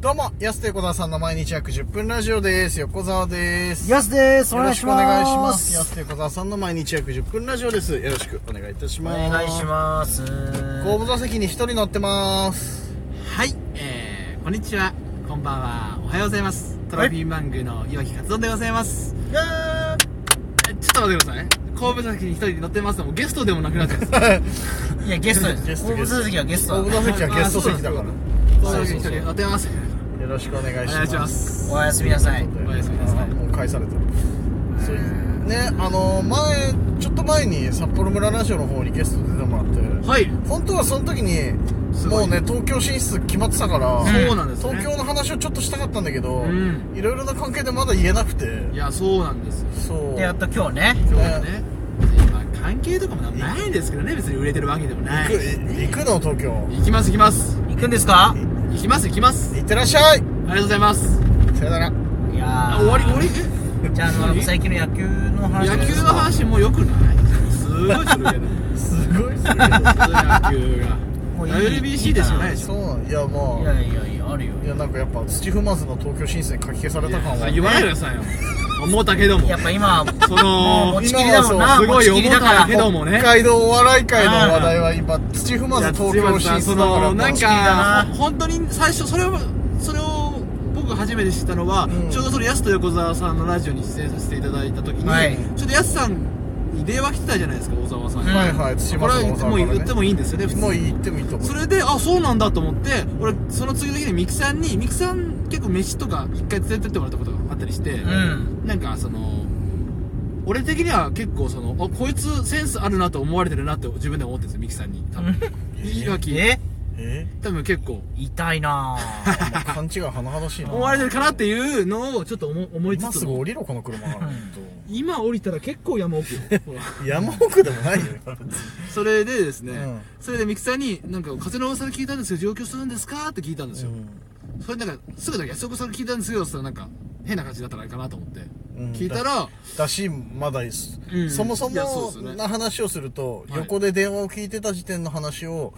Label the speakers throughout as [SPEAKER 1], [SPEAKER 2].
[SPEAKER 1] どうも、安手小沢さんの毎日約10分ラジオです。横澤です。
[SPEAKER 2] やすです。
[SPEAKER 1] よろしくお願いします。
[SPEAKER 2] よろし
[SPEAKER 1] 安手小沢さんの毎日約10分ラジオです。よろしくお願いいたし
[SPEAKER 2] くお
[SPEAKER 1] ます。
[SPEAKER 2] 願いします。
[SPEAKER 1] 後部座席に一人乗ってます。
[SPEAKER 3] はい、えー、こんにちは、こんばんは、おはようございます。トロフィーマングの岩城勝夫でございます。えーちょっと待ってくださいね。神戸崎に一人で乗ってますのもうゲストでもなくなっち ゃいます。
[SPEAKER 2] いや、ゲストです。
[SPEAKER 1] ゲスト
[SPEAKER 2] 後部座席はゲスト
[SPEAKER 1] 後部
[SPEAKER 2] だ。
[SPEAKER 1] 座席はゲスト席だから。
[SPEAKER 3] 神戸崎に一人で乗ってます。
[SPEAKER 1] よろしくお願い
[SPEAKER 3] お
[SPEAKER 1] し
[SPEAKER 3] 願
[SPEAKER 1] ま
[SPEAKER 3] いし
[SPEAKER 1] す。
[SPEAKER 3] ます。
[SPEAKER 2] おやすみなさい。
[SPEAKER 3] おやすみなさい
[SPEAKER 1] もう返されてる。そういうね、あの、前、ちょっと前に札幌村ラジオの方にゲスト出てもらって。
[SPEAKER 3] はい、
[SPEAKER 1] 本当はその時に
[SPEAKER 3] すご
[SPEAKER 1] も
[SPEAKER 3] いう
[SPEAKER 1] ね東京進出決まってたから
[SPEAKER 3] そうなんですね
[SPEAKER 1] 東京の話をちょっとしたかったんだけど
[SPEAKER 3] ん
[SPEAKER 1] いろいろな関係でまだ言えなくて
[SPEAKER 3] いや、そうなんですよ。
[SPEAKER 1] そう
[SPEAKER 2] で、やっと今日ね。
[SPEAKER 3] 今日はね、まあ関係とかもないですけどね、別に売れてるわけでもない。
[SPEAKER 1] 行く行くの東京
[SPEAKER 3] 行きます、行きます。
[SPEAKER 2] 行くんですか
[SPEAKER 3] 行きます、行きます。
[SPEAKER 1] 行ってらっしゃい
[SPEAKER 3] ありがとうございます。
[SPEAKER 1] さよなら
[SPEAKER 2] いやー
[SPEAKER 3] あ、終わり、終わり
[SPEAKER 2] じゃあ、あの、最近の野球の話
[SPEAKER 3] 野
[SPEAKER 2] です
[SPEAKER 3] 球の話もう良くないすごいするけど。
[SPEAKER 1] すごいっすね
[SPEAKER 3] 野球が
[SPEAKER 2] もういい
[SPEAKER 3] WBC でしかないでし
[SPEAKER 1] そ
[SPEAKER 3] ょ
[SPEAKER 1] うなんいやま
[SPEAKER 2] いや
[SPEAKER 1] あ
[SPEAKER 2] いやいや、あるよ。
[SPEAKER 1] いやなんかやっぱ土踏まずの東京進出に書き消された感は
[SPEAKER 3] 言わないでくださいよ思ったけども
[SPEAKER 2] やっぱ今、
[SPEAKER 3] その
[SPEAKER 2] もう持ちきりだもんな。
[SPEAKER 3] 今はそうすごい
[SPEAKER 2] 持ちきりだから
[SPEAKER 3] 重たいけどもね
[SPEAKER 1] 北海道お笑い界の話題は今土踏まず東京進出
[SPEAKER 3] そ
[SPEAKER 1] だから
[SPEAKER 3] のなん
[SPEAKER 1] やっ
[SPEAKER 3] か
[SPEAKER 2] な
[SPEAKER 3] ほ本当に最初それをそれを僕が初めて知ったのは、
[SPEAKER 1] ん
[SPEAKER 3] ちょうどそれやすと横澤さんのラジオに出演させていただいた時に、
[SPEAKER 2] はい
[SPEAKER 3] ちょっとやすさんに電話来てたじゃないですか小沢さんに、
[SPEAKER 1] ぱはいはい土踏
[SPEAKER 3] こ
[SPEAKER 1] ま
[SPEAKER 3] れ
[SPEAKER 1] ず
[SPEAKER 3] は
[SPEAKER 1] の
[SPEAKER 3] もう言ってもいいんですよね普通
[SPEAKER 1] もう言ってもいいと思う
[SPEAKER 3] それであそうなんだと思って俺その次の日にミキさんにミキさん結構飯とか一回連れてってもらったことがあったりして、
[SPEAKER 2] ん
[SPEAKER 3] なんかその俺的には結構そのあこいつセンスあるなと思われてるなって自分で思ってるんですよミキさんに多分いわき
[SPEAKER 2] え
[SPEAKER 1] え
[SPEAKER 3] 多分結構
[SPEAKER 2] 痛いなぁ。
[SPEAKER 1] もう勘違い甚だしいな
[SPEAKER 3] 思われてるかなっていうのをちょっと思思いつ
[SPEAKER 1] 今
[SPEAKER 3] つ
[SPEAKER 1] す
[SPEAKER 3] も
[SPEAKER 1] ぐ降りろこの 車が
[SPEAKER 3] 今降りたら結構山奥よ ほら
[SPEAKER 1] 山奥でもないよ
[SPEAKER 3] それでですね、
[SPEAKER 1] うん
[SPEAKER 3] それでミキさんに「なんか風の噂で聞いたんですけど上京するんですか?」って聞いたんですよ、それなんかすぐだけ安岡さん聞いたんですけどそれなんか変な感じだったらかなと思って、
[SPEAKER 1] うん
[SPEAKER 3] 聞いたら
[SPEAKER 1] だしまだです、
[SPEAKER 3] うん
[SPEAKER 1] そもそ
[SPEAKER 3] いやそうですよ
[SPEAKER 1] も
[SPEAKER 3] ね
[SPEAKER 1] な話をすると
[SPEAKER 3] はい
[SPEAKER 1] 横で電話を聞いてた時点の話を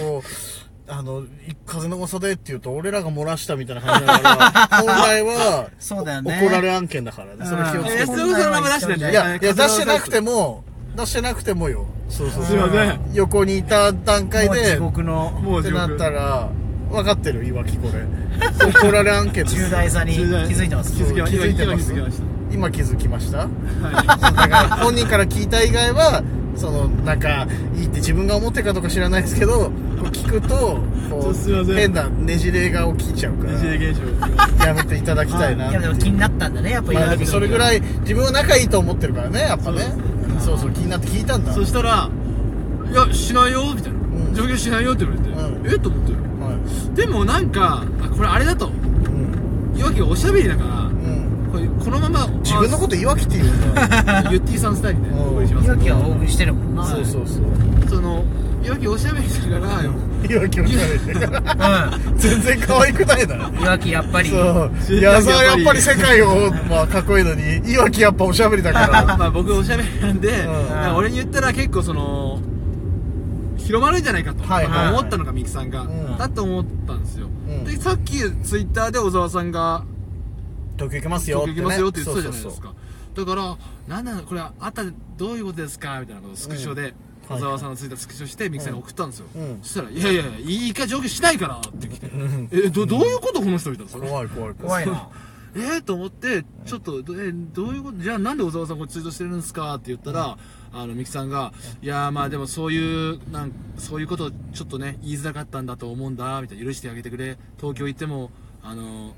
[SPEAKER 1] こう あのい風の噂でって言うと俺らが漏らしたみたいな話だから 本来は
[SPEAKER 2] そうだよね。
[SPEAKER 1] 怒られ案件だからねそれ気をつけて
[SPEAKER 3] うん安岡さんの名前出してない
[SPEAKER 1] い
[SPEAKER 3] んだよ
[SPEAKER 1] やいや出してなくても出してなくてもよそうそう
[SPEAKER 3] すいません
[SPEAKER 1] 横にいた段階
[SPEAKER 2] もう
[SPEAKER 1] で
[SPEAKER 2] 地獄の
[SPEAKER 3] もう
[SPEAKER 1] って
[SPEAKER 3] 地
[SPEAKER 1] な
[SPEAKER 3] 獄
[SPEAKER 1] ったら分かってるいわきこれ怒られ 案件です
[SPEAKER 2] 重大さに気
[SPEAKER 3] 重大
[SPEAKER 2] づいてます。
[SPEAKER 3] 気づきま
[SPEAKER 1] 気
[SPEAKER 3] した
[SPEAKER 1] づいてます
[SPEAKER 3] 気づきまし
[SPEAKER 1] 今気づきました
[SPEAKER 3] た、は
[SPEAKER 1] だから本人から聞いた以外はそのなんかいいって自分が思ってるかどうか知らないですけどこう聞くとこ
[SPEAKER 3] そうすいませ
[SPEAKER 1] うん変なねじれが起きちゃうか
[SPEAKER 3] い、二次
[SPEAKER 1] ら
[SPEAKER 3] 元現象起きま
[SPEAKER 1] やめていただきたいなっ
[SPEAKER 2] い
[SPEAKER 1] て
[SPEAKER 2] や、でも気になったんだね、やっぱ
[SPEAKER 1] まあ、で
[SPEAKER 2] り
[SPEAKER 1] もそれぐらい自分は仲いいと思ってるからねやっぱねそうそう気になって聞いたんだ
[SPEAKER 3] すそしたら「いやしないよ」みたいな「
[SPEAKER 1] ん
[SPEAKER 3] 上京しないよ」って言われて、
[SPEAKER 1] うん
[SPEAKER 3] えっと思って
[SPEAKER 1] はい
[SPEAKER 3] でもなんかあこれあれだと
[SPEAKER 1] うん
[SPEAKER 3] 岩城がおしゃべりだから
[SPEAKER 1] うん
[SPEAKER 3] これこのまま
[SPEAKER 1] 自分のこと言い訳って言うんだ
[SPEAKER 3] とゆってぃさんスタイルで
[SPEAKER 1] うん
[SPEAKER 3] お送りします
[SPEAKER 2] 勇気は大食いしてるもんな。
[SPEAKER 1] そうそうそう
[SPEAKER 3] その岩城おしゃべりだから
[SPEAKER 1] 言い訳をしゃべ って
[SPEAKER 2] う
[SPEAKER 1] 全然可愛くないな
[SPEAKER 2] ん。いわきやっぱり。
[SPEAKER 1] そう
[SPEAKER 3] い
[SPEAKER 1] 矢
[SPEAKER 3] や
[SPEAKER 1] 沢やっぱり
[SPEAKER 3] や
[SPEAKER 1] 世界を、まあ、かっこいいのにいわきやっぱおしゃべりだから
[SPEAKER 3] まあ僕おしゃべりなんで、
[SPEAKER 1] うん
[SPEAKER 3] なんか俺に言ったら結構その広まるんじゃないかと、
[SPEAKER 1] はいはい
[SPEAKER 3] 思ったのがみきさんが、
[SPEAKER 1] うん
[SPEAKER 3] だと思ったんですよ、
[SPEAKER 1] ん
[SPEAKER 3] でさっきツイッターで小沢さんが
[SPEAKER 1] 東京行きま
[SPEAKER 3] 「
[SPEAKER 1] すよ
[SPEAKER 3] 東
[SPEAKER 1] って、ね、
[SPEAKER 3] 京行きますよ」って言ってたじゃないで
[SPEAKER 1] そう
[SPEAKER 3] す
[SPEAKER 1] そう
[SPEAKER 3] かだから「なんなのこれあったどういうことですか?」みたいなことをスクショで、
[SPEAKER 1] うん
[SPEAKER 3] 小沢さんのツイッタースクショしてみきさんに送ったんですよ、
[SPEAKER 1] うん
[SPEAKER 3] そしたら「いやいやいやいいか上京しないから」って来て「えどどういうことこの人」みたいな
[SPEAKER 1] そう怖い怖い怖
[SPEAKER 2] 怖
[SPEAKER 1] い
[SPEAKER 2] いな。
[SPEAKER 3] えー、と思って、ちょっと、どえーどういうこと、じゃあなんで小沢さんこれツイートしてるんですかって言ったら、あの、ミキさんが、いやーまあでもそういう、なんそういうことちょっとね、言いづらかったんだと思うんだ、みたいな、許してあげてくれ、東京行っても、あの、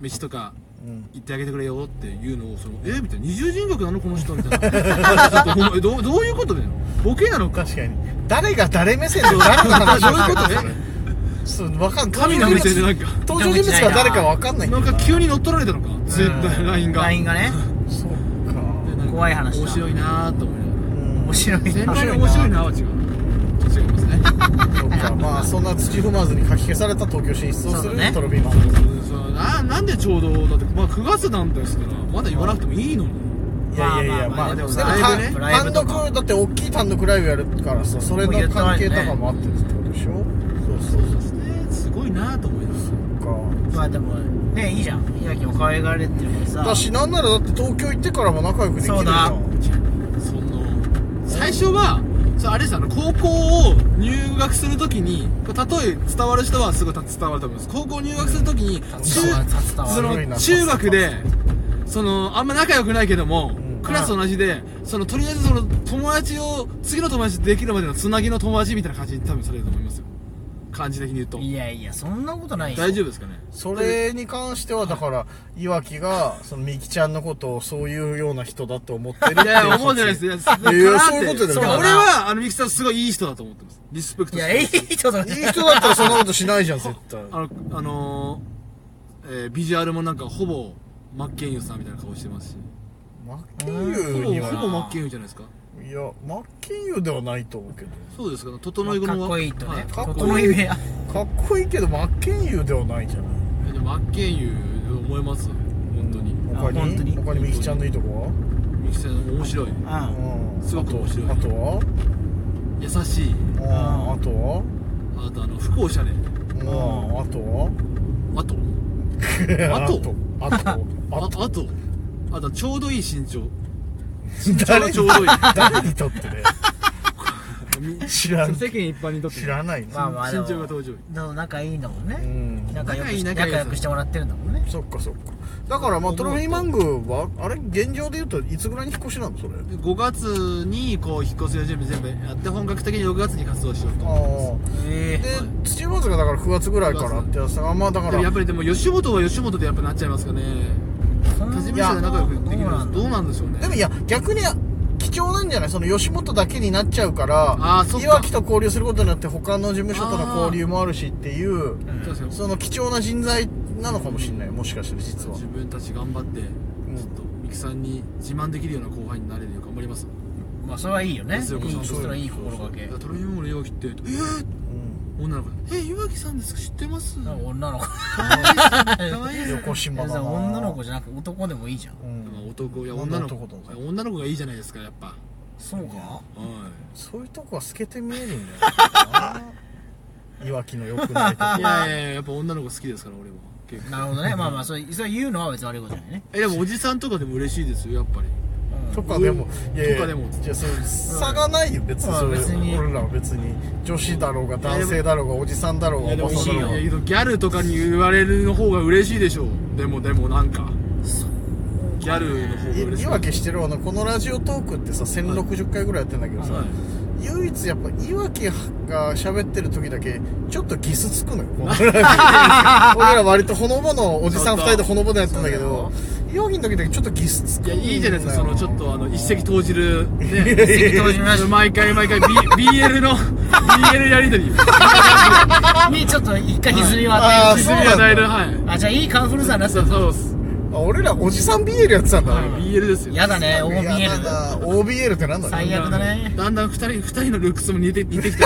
[SPEAKER 3] 飯とか
[SPEAKER 1] うん
[SPEAKER 3] 行ってあげてくれよっていうのを、その、えーみたいな、二重人格なのこの人みたいな。 ちょっとほんまえどうどういうことみたいな。ボケな のか。
[SPEAKER 1] 確かに誰が誰目線で誰の話をしてるのか それそうわかんない
[SPEAKER 3] 神の目線でなんか、
[SPEAKER 1] 登場人物が誰かわ かんない
[SPEAKER 3] なんか急に乗っ取られたのか、ツイッタ
[SPEAKER 2] う
[SPEAKER 3] ー、
[SPEAKER 2] ん
[SPEAKER 3] LINE が。
[SPEAKER 2] LINE がね。
[SPEAKER 1] そうか
[SPEAKER 3] でなんか
[SPEAKER 2] 怖い話だ
[SPEAKER 3] 面白いなーと思いながら。
[SPEAKER 1] うん
[SPEAKER 2] 面白い
[SPEAKER 3] 先
[SPEAKER 2] な。
[SPEAKER 3] 輩の面白いなは違う違いますね
[SPEAKER 1] そっかまあそんな土踏まずにかき消された東京進出をす
[SPEAKER 2] そう
[SPEAKER 1] る
[SPEAKER 2] だね
[SPEAKER 1] トロビーマン
[SPEAKER 3] そうななんでちょうどだって、まあ、9月なんですからまだ言わなくてもいいのに
[SPEAKER 1] いやいやいや
[SPEAKER 2] まあまあまあ
[SPEAKER 1] まあでも
[SPEAKER 2] でも
[SPEAKER 1] 単
[SPEAKER 3] ライブね
[SPEAKER 2] ライ
[SPEAKER 1] 単
[SPEAKER 2] ブと
[SPEAKER 1] 独
[SPEAKER 2] か
[SPEAKER 1] だって大きい単独ライブやるからさそれの関係とかもあってってことでしょそうそう
[SPEAKER 3] そうですねすごいなと思います
[SPEAKER 1] そうか
[SPEAKER 2] まあでもねいいじゃんひなきも可愛がられてるからさ
[SPEAKER 1] だしなんならだって東京行ってからも仲良くできる
[SPEAKER 2] そうだ
[SPEAKER 3] その最初はそうあれですあの高校を入学するときにこれ例え伝わる人はすぐ伝わると思います高校入学するときに
[SPEAKER 2] 伝わる伝わる
[SPEAKER 3] その中学でそのあんま仲良くないけども、
[SPEAKER 1] うん
[SPEAKER 3] クラス同じでそのとりあえずその友達を次の友達できるまでのつなぎの友達みたいな感じに多分されると思いますよ感じ的に言うと
[SPEAKER 2] いやいやそんなことないよ
[SPEAKER 3] 大丈夫ですかね
[SPEAKER 1] それに関してはだからいわきがそのみきちゃんのことをそういうような人だと思ってるって
[SPEAKER 3] いやいや思うんじゃないですいや
[SPEAKER 1] いやそういうことだよ
[SPEAKER 3] そう
[SPEAKER 2] そうだな
[SPEAKER 3] 俺はあのミキさんすごいいい人だと思ってますリスペクト
[SPEAKER 2] い
[SPEAKER 3] して
[SPEAKER 2] や
[SPEAKER 3] ます
[SPEAKER 2] いい人だね
[SPEAKER 1] いい人だったらそんなことしない じゃん絶対
[SPEAKER 3] あの、あのーえービジュアルもなんかほぼ、真剣佑さんみたいな顔してますし。
[SPEAKER 1] マッキンユーに
[SPEAKER 3] ほ
[SPEAKER 1] は
[SPEAKER 3] ぼ、ほぼ真剣佑じゃないですか。
[SPEAKER 1] いやマッキンユーではないと思うけど
[SPEAKER 3] そうですか、整い後の、
[SPEAKER 2] かっこいいと
[SPEAKER 3] は
[SPEAKER 2] ね
[SPEAKER 1] かっこいい
[SPEAKER 2] 整い部屋
[SPEAKER 1] かっこいいけどマッキンユーではないじゃない
[SPEAKER 3] い。でも真剣佑、思います。本当に。
[SPEAKER 1] 他
[SPEAKER 2] あ本当
[SPEAKER 1] に
[SPEAKER 2] に
[SPEAKER 1] 他にみきちゃんのいいとこ
[SPEAKER 3] ミキさん、面白い。
[SPEAKER 1] は
[SPEAKER 2] う
[SPEAKER 1] うん
[SPEAKER 3] すごく面白い
[SPEAKER 1] あとは
[SPEAKER 3] 優しい。
[SPEAKER 1] あとはあとは
[SPEAKER 3] あと、あの、不幸者ね。
[SPEAKER 1] うんあとは
[SPEAKER 3] あと、あと
[SPEAKER 1] あとあと
[SPEAKER 3] ああと、あと、ちょうどいい身長。
[SPEAKER 1] 誰に
[SPEAKER 3] ちょうどいい。
[SPEAKER 1] 誰にとってね知ら ん
[SPEAKER 3] 世間一般にとって
[SPEAKER 1] 知らないね
[SPEAKER 2] まあまあ
[SPEAKER 3] 身長が登場
[SPEAKER 2] でも仲いいんだもん
[SPEAKER 1] う
[SPEAKER 2] ね
[SPEAKER 1] ん
[SPEAKER 2] 仲良く
[SPEAKER 3] 仲い
[SPEAKER 2] し
[SPEAKER 3] い仲いい
[SPEAKER 2] 仲良くしてもらってるんだもんね
[SPEAKER 1] そっかそっかだからまあトロフィーマングーはあれ現状で言うといつぐらいに引っ越しなのそれあ
[SPEAKER 3] 5月にこう引っ越しの準備全部やって本格的に6月に活動しようと
[SPEAKER 1] あ
[SPEAKER 2] え
[SPEAKER 1] で土坊主がだから9月ぐらいからってやつあまあだか
[SPEAKER 3] で
[SPEAKER 1] ら
[SPEAKER 3] もやっぱりでも吉本は吉本でやっぱなっちゃいますかね
[SPEAKER 2] そんな
[SPEAKER 3] 他事務所で仲良くできる
[SPEAKER 2] どうなんだ
[SPEAKER 3] のどうなんでしょうね
[SPEAKER 1] でもいや逆に貴重なんじゃないその吉本だけになっちゃうから
[SPEAKER 3] あーそっか
[SPEAKER 1] いわきと交流することによって他の事務所との交流もあるしっていう
[SPEAKER 3] 確かに
[SPEAKER 1] その貴重な人材なのかもしれないもしかしたら実は
[SPEAKER 3] 自分たち頑張ってちょっとミキさんに自慢できるような後輩になれるよう頑張ります
[SPEAKER 2] まあそれはいいよねいい
[SPEAKER 3] そういうこと
[SPEAKER 2] それはいい心がけ
[SPEAKER 3] だからトロフィーモール岩木ってえー
[SPEAKER 1] うん
[SPEAKER 3] 女の子え岩木さんですか知ってます
[SPEAKER 2] なんか女の子
[SPEAKER 3] 可愛いですね
[SPEAKER 1] 横島だな
[SPEAKER 2] 女の子じゃなく男でもいいじゃん
[SPEAKER 1] うん
[SPEAKER 3] まあ男いや
[SPEAKER 1] なんで
[SPEAKER 3] 女の子
[SPEAKER 1] 男と
[SPEAKER 3] いや女の子がいいじゃないですかやっぱ
[SPEAKER 2] そうか
[SPEAKER 3] はい
[SPEAKER 1] そういうとこは透けて見えるんだ よないわきの良くないとこ
[SPEAKER 3] いやいやいややっぱ女の子好きですから俺も結構
[SPEAKER 2] なるほどねまあまあそれそれ言うのは別に悪いことじゃないね
[SPEAKER 3] えでもおじさんとかでも嬉しいですよやっぱり
[SPEAKER 1] とかでも、
[SPEAKER 3] うん
[SPEAKER 1] いやいや
[SPEAKER 3] とかでも
[SPEAKER 1] いやそういう差がないよ別に,、
[SPEAKER 2] まあ
[SPEAKER 1] それ
[SPEAKER 2] 別に
[SPEAKER 1] 俺らは別に女子だろうが男性だろうがおじさんだろうがおば
[SPEAKER 2] 美味
[SPEAKER 1] さ
[SPEAKER 2] し
[SPEAKER 1] ん
[SPEAKER 2] い
[SPEAKER 1] だ
[SPEAKER 2] よ
[SPEAKER 1] ろう
[SPEAKER 3] やけどギャルとかに言われるの方が嬉しいでしょうでもでもなんかギャルの方が嬉
[SPEAKER 1] が
[SPEAKER 3] し
[SPEAKER 1] い
[SPEAKER 3] い
[SPEAKER 1] いわきしてるわなこのラジオトークってさ1060回ぐらいやってんだけどさ、
[SPEAKER 3] はい
[SPEAKER 1] 唯一やっぱいわきが喋ってる時だけちょっとギスつくのよこのラ ジオ 俺ら割とほのぼのおじさん2人でほのぼのやってんだけどいわきの時だけちょっとギスつ
[SPEAKER 3] い
[SPEAKER 1] く
[SPEAKER 3] やいいじゃないですかそのちょっとあの一石投じる
[SPEAKER 1] い
[SPEAKER 3] ね
[SPEAKER 1] やいやいや
[SPEAKER 2] 当時の話
[SPEAKER 3] 毎回毎回、B、BL の BL やりとり
[SPEAKER 2] に ちょっと一回ひすりを
[SPEAKER 1] あー
[SPEAKER 2] 与える
[SPEAKER 1] そうなん
[SPEAKER 3] 薬
[SPEAKER 1] だ
[SPEAKER 3] 与えるはい
[SPEAKER 2] あじゃあいいカンフルさになって
[SPEAKER 3] そ
[SPEAKER 2] た
[SPEAKER 3] うそうです
[SPEAKER 1] あ俺らおじさん BL やってたんだ、
[SPEAKER 3] はい BL ですよ
[SPEAKER 2] やだ
[SPEAKER 1] いや
[SPEAKER 2] ね
[SPEAKER 1] なん
[SPEAKER 2] OBL
[SPEAKER 1] だ OBL ってなんだ
[SPEAKER 2] 最悪だね
[SPEAKER 3] だんだん二人二人のルックスも似て似てきて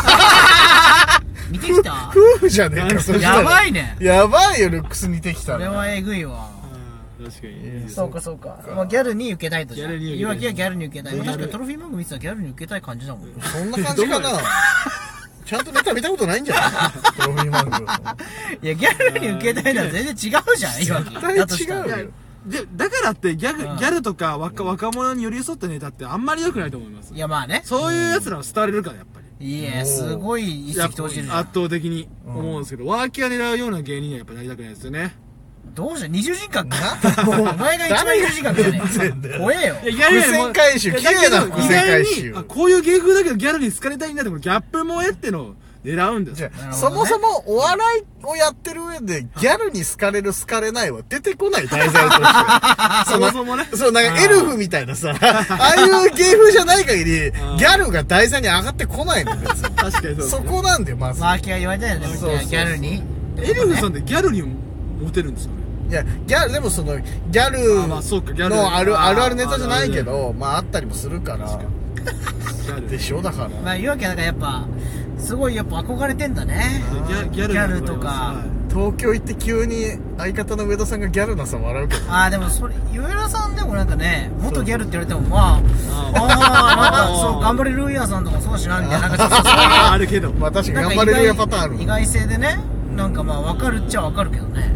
[SPEAKER 2] 見てきた
[SPEAKER 1] 夫婦じゃねえかそしたら
[SPEAKER 2] やばいね
[SPEAKER 1] やばいよルックス似てきた
[SPEAKER 2] これ
[SPEAKER 1] ら
[SPEAKER 2] はえぐいわ
[SPEAKER 3] 確かにいいです
[SPEAKER 2] そうかそうかまあギャルに受けたいとじゃん
[SPEAKER 3] ギャルに受
[SPEAKER 2] い
[SPEAKER 3] けた
[SPEAKER 2] わ
[SPEAKER 3] い
[SPEAKER 2] きはギャルに受けたい
[SPEAKER 3] ギ
[SPEAKER 2] ま
[SPEAKER 3] ャ
[SPEAKER 2] あ
[SPEAKER 3] ル
[SPEAKER 2] 確かにトロフィーマング見てたらギャルに受けたい感じだもん
[SPEAKER 1] そんな感じかな
[SPEAKER 3] どう
[SPEAKER 1] ちゃんとネタ見たことないんじゃないプロフィールマング
[SPEAKER 2] いやギャルに受けたいのは全然違うじゃんいわきだとしたら
[SPEAKER 1] 絶対違うよ
[SPEAKER 3] いやでだからってギャグギャルとか若若者に寄り添ったネタってあんまり良くないと思います
[SPEAKER 2] いやまあね
[SPEAKER 3] そういう奴らは廃れるからやっぱり
[SPEAKER 2] いやすごい一
[SPEAKER 3] やっ
[SPEAKER 2] 石
[SPEAKER 3] ぱ
[SPEAKER 2] 投
[SPEAKER 3] 圧
[SPEAKER 2] じるじゃん
[SPEAKER 3] 倒的に思うんですけど、ワーキャー狙うような芸人にはやっぱなりたくないですよね
[SPEAKER 2] どうした二重人格か
[SPEAKER 1] なんだ
[SPEAKER 2] お前が一番二重人格じゃ
[SPEAKER 1] 誰
[SPEAKER 2] ね
[SPEAKER 1] が言ってんだ
[SPEAKER 2] え
[SPEAKER 1] よ
[SPEAKER 2] 怖えよ
[SPEAKER 3] い
[SPEAKER 1] やいや伏線回収
[SPEAKER 3] いやだけど
[SPEAKER 1] 綺麗な伏線回収
[SPEAKER 3] 意外にあこういう芸風だけどギャルに好かれたいんだってこのギャップ萌えってのを狙うんです
[SPEAKER 1] じ
[SPEAKER 3] よ
[SPEAKER 1] ゃ
[SPEAKER 2] な
[SPEAKER 1] あ
[SPEAKER 2] る
[SPEAKER 1] そ
[SPEAKER 2] ほど
[SPEAKER 1] も
[SPEAKER 2] ね
[SPEAKER 1] そもお笑いをやってる上でギャルに好かれる好かれないは出てこない題材として
[SPEAKER 3] そもそもね
[SPEAKER 1] そうなんかエルフみたいなさああいう芸風じゃない限りギ
[SPEAKER 3] ん
[SPEAKER 1] ャルが題材に上がってこないの別に
[SPEAKER 3] 確かにそうです
[SPEAKER 1] そ
[SPEAKER 3] ね
[SPEAKER 1] こなんだよまず
[SPEAKER 2] マーキーは言われたよね
[SPEAKER 1] そうそうそう
[SPEAKER 2] ギャルに
[SPEAKER 3] エルフさんってギャルにモテるんですよね
[SPEAKER 1] いや、ギャル、でもその、ギャ
[SPEAKER 3] あまあそうかギャ
[SPEAKER 1] ル
[SPEAKER 3] ル
[SPEAKER 1] のある、
[SPEAKER 3] あー
[SPEAKER 1] あるあるネタじゃないけど、まああったりもするから、
[SPEAKER 3] ギャル
[SPEAKER 1] でしょ、だから。
[SPEAKER 2] まあ言うわけだからやっぱすごいやっぱ憧れてんだね
[SPEAKER 3] ギャギ
[SPEAKER 2] ギ
[SPEAKER 3] ャル
[SPEAKER 2] ャル
[SPEAKER 3] に憧れます
[SPEAKER 2] とか
[SPEAKER 3] はい
[SPEAKER 1] 東京行って急に相方の上田さんがギャルなさ笑うけど、
[SPEAKER 2] ああでもそれゆうらさんでもなんかね元ギャルって言われてもまあ
[SPEAKER 3] あー
[SPEAKER 2] ああまた
[SPEAKER 3] あー
[SPEAKER 2] そう頑張れルーヤさんとかそうだしなみたいななんかそう
[SPEAKER 3] あーあるけど
[SPEAKER 1] まあ確か
[SPEAKER 2] な
[SPEAKER 1] に
[SPEAKER 2] んか
[SPEAKER 1] 頑張れるや
[SPEAKER 2] 意
[SPEAKER 1] パ
[SPEAKER 2] 外
[SPEAKER 1] ターンあるもん
[SPEAKER 2] 意外性でねなんかまあ分かるっちゃ分かるけどね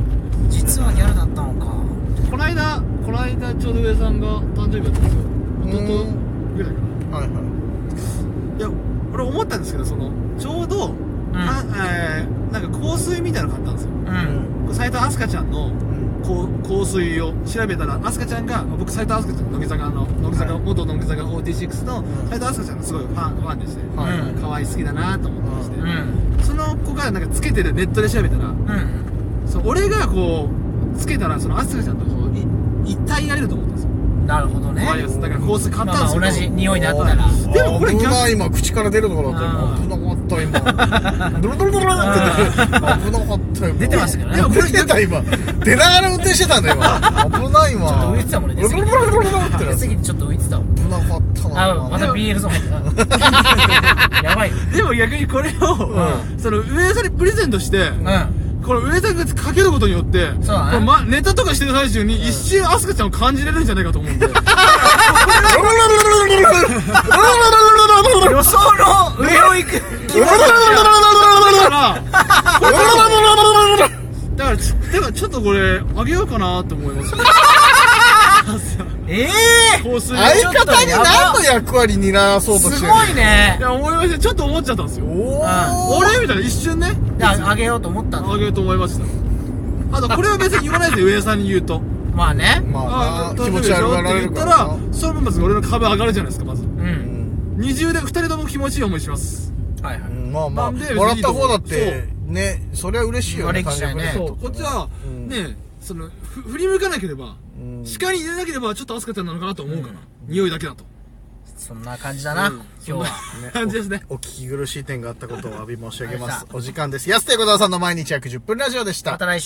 [SPEAKER 2] 実はギャルだったのか
[SPEAKER 3] この間この間ちょうど上さんが誕生日だったんですよ弟
[SPEAKER 1] う
[SPEAKER 3] ぐらいかな
[SPEAKER 1] はいはい
[SPEAKER 3] や俺思ったんですけどそのちょうど、
[SPEAKER 2] ん
[SPEAKER 3] なえーなんか香水みたいなの買ったんですよ
[SPEAKER 2] うん
[SPEAKER 3] 斎藤飛鳥ちゃんの
[SPEAKER 1] いうん
[SPEAKER 3] こう香水を調べたら飛鳥ちゃんが僕斎藤飛鳥ちゃん乃木坂の乃木坂、
[SPEAKER 1] はい
[SPEAKER 3] 元乃木坂46の
[SPEAKER 1] ん
[SPEAKER 3] 斎藤飛鳥ちゃんがすごいファンファンでして、
[SPEAKER 1] はい
[SPEAKER 2] うん
[SPEAKER 3] 可愛い好きだなと思ってまして、
[SPEAKER 2] うん
[SPEAKER 3] その子がなんかつけてるネットで調べたら
[SPEAKER 2] うん
[SPEAKER 3] そう俺がこうつけたらその飛鳥ちゃんとこうい一体になれると思ったんですよ
[SPEAKER 2] なるほどね
[SPEAKER 3] わかりますだから香水買ったんで
[SPEAKER 2] ま
[SPEAKER 3] す
[SPEAKER 2] あ
[SPEAKER 3] けど、
[SPEAKER 2] まあ同じ匂いだったら
[SPEAKER 3] でもこれ
[SPEAKER 1] 危
[SPEAKER 3] 逆
[SPEAKER 1] ない今口から出るところだ
[SPEAKER 2] あ
[SPEAKER 1] った
[SPEAKER 2] ー
[SPEAKER 1] 今危なかった今ドロドロドロって出て危なかったよ
[SPEAKER 2] 出てましたけどね
[SPEAKER 1] でも出てた今出ながら運転してたんだよ今危ない
[SPEAKER 2] ちょっと
[SPEAKER 1] わ
[SPEAKER 2] 浮いてたもん
[SPEAKER 1] ド
[SPEAKER 2] ね
[SPEAKER 1] ロドロドロドロってなって
[SPEAKER 2] 出過ぎてちょっと浮いてたわ
[SPEAKER 1] 危なかったな
[SPEAKER 2] あまた BL ゾーンやばい
[SPEAKER 3] でも逆にこれを、その上田さんにプレゼントして、
[SPEAKER 2] うん
[SPEAKER 3] これ上田さんがかけることによって、
[SPEAKER 2] そうだね
[SPEAKER 3] これま、ネタとかしてる最中に一瞬アスカちゃんを感じれるんじゃないかと 思うんで。
[SPEAKER 2] 予想の上を行く
[SPEAKER 3] だから、だからち、だからちょっとこれ、あげようかなと思います。
[SPEAKER 2] ええ
[SPEAKER 3] 香水。
[SPEAKER 1] 相方に何の役割になそうとして
[SPEAKER 2] す
[SPEAKER 1] る
[SPEAKER 2] ごいね
[SPEAKER 3] いや、思いました。ちょっと思っちゃったんですよ。
[SPEAKER 1] お
[SPEAKER 2] う
[SPEAKER 1] ー
[SPEAKER 3] 俺みたいな一瞬ね、
[SPEAKER 2] でああげようと思ったんだ
[SPEAKER 3] あげようと思いました。あと、これは別に言わないですよ、上田さんに言うと。
[SPEAKER 2] まあね
[SPEAKER 1] まあ
[SPEAKER 3] 大
[SPEAKER 1] 気
[SPEAKER 3] 丈夫
[SPEAKER 1] 持
[SPEAKER 3] で
[SPEAKER 1] ち
[SPEAKER 3] し
[SPEAKER 1] 悪
[SPEAKER 3] ょ
[SPEAKER 1] が
[SPEAKER 3] っ
[SPEAKER 1] られ
[SPEAKER 3] て
[SPEAKER 1] る
[SPEAKER 3] 言っ
[SPEAKER 1] か
[SPEAKER 3] た
[SPEAKER 1] ら
[SPEAKER 3] ら、そのままず俺の株上がるじゃないですか、まず。
[SPEAKER 2] うん
[SPEAKER 3] 二重で二人とも気持ちいい思いします。
[SPEAKER 2] はいはい
[SPEAKER 1] うんまあまあ
[SPEAKER 3] なんで
[SPEAKER 1] もらった方だってねそりゃ嬉しいよね
[SPEAKER 2] 悪い気しないね
[SPEAKER 1] 感覚
[SPEAKER 3] そう。
[SPEAKER 1] で
[SPEAKER 3] こっちは、
[SPEAKER 1] うん
[SPEAKER 3] ね、その、ふ振り向かなければ、
[SPEAKER 1] うん
[SPEAKER 3] 鹿に入れなければ、ちょっとアスカちゃんなのかなと思うかな。匂いだけだと。
[SPEAKER 2] そんな感じだな
[SPEAKER 3] うん
[SPEAKER 2] 今日は
[SPEAKER 3] 感じですね。
[SPEAKER 1] お聞き苦しい点があったことをお詫び申し上げます。お時間です。安手小沢さんの毎日約10分ラジオでした
[SPEAKER 2] また。来週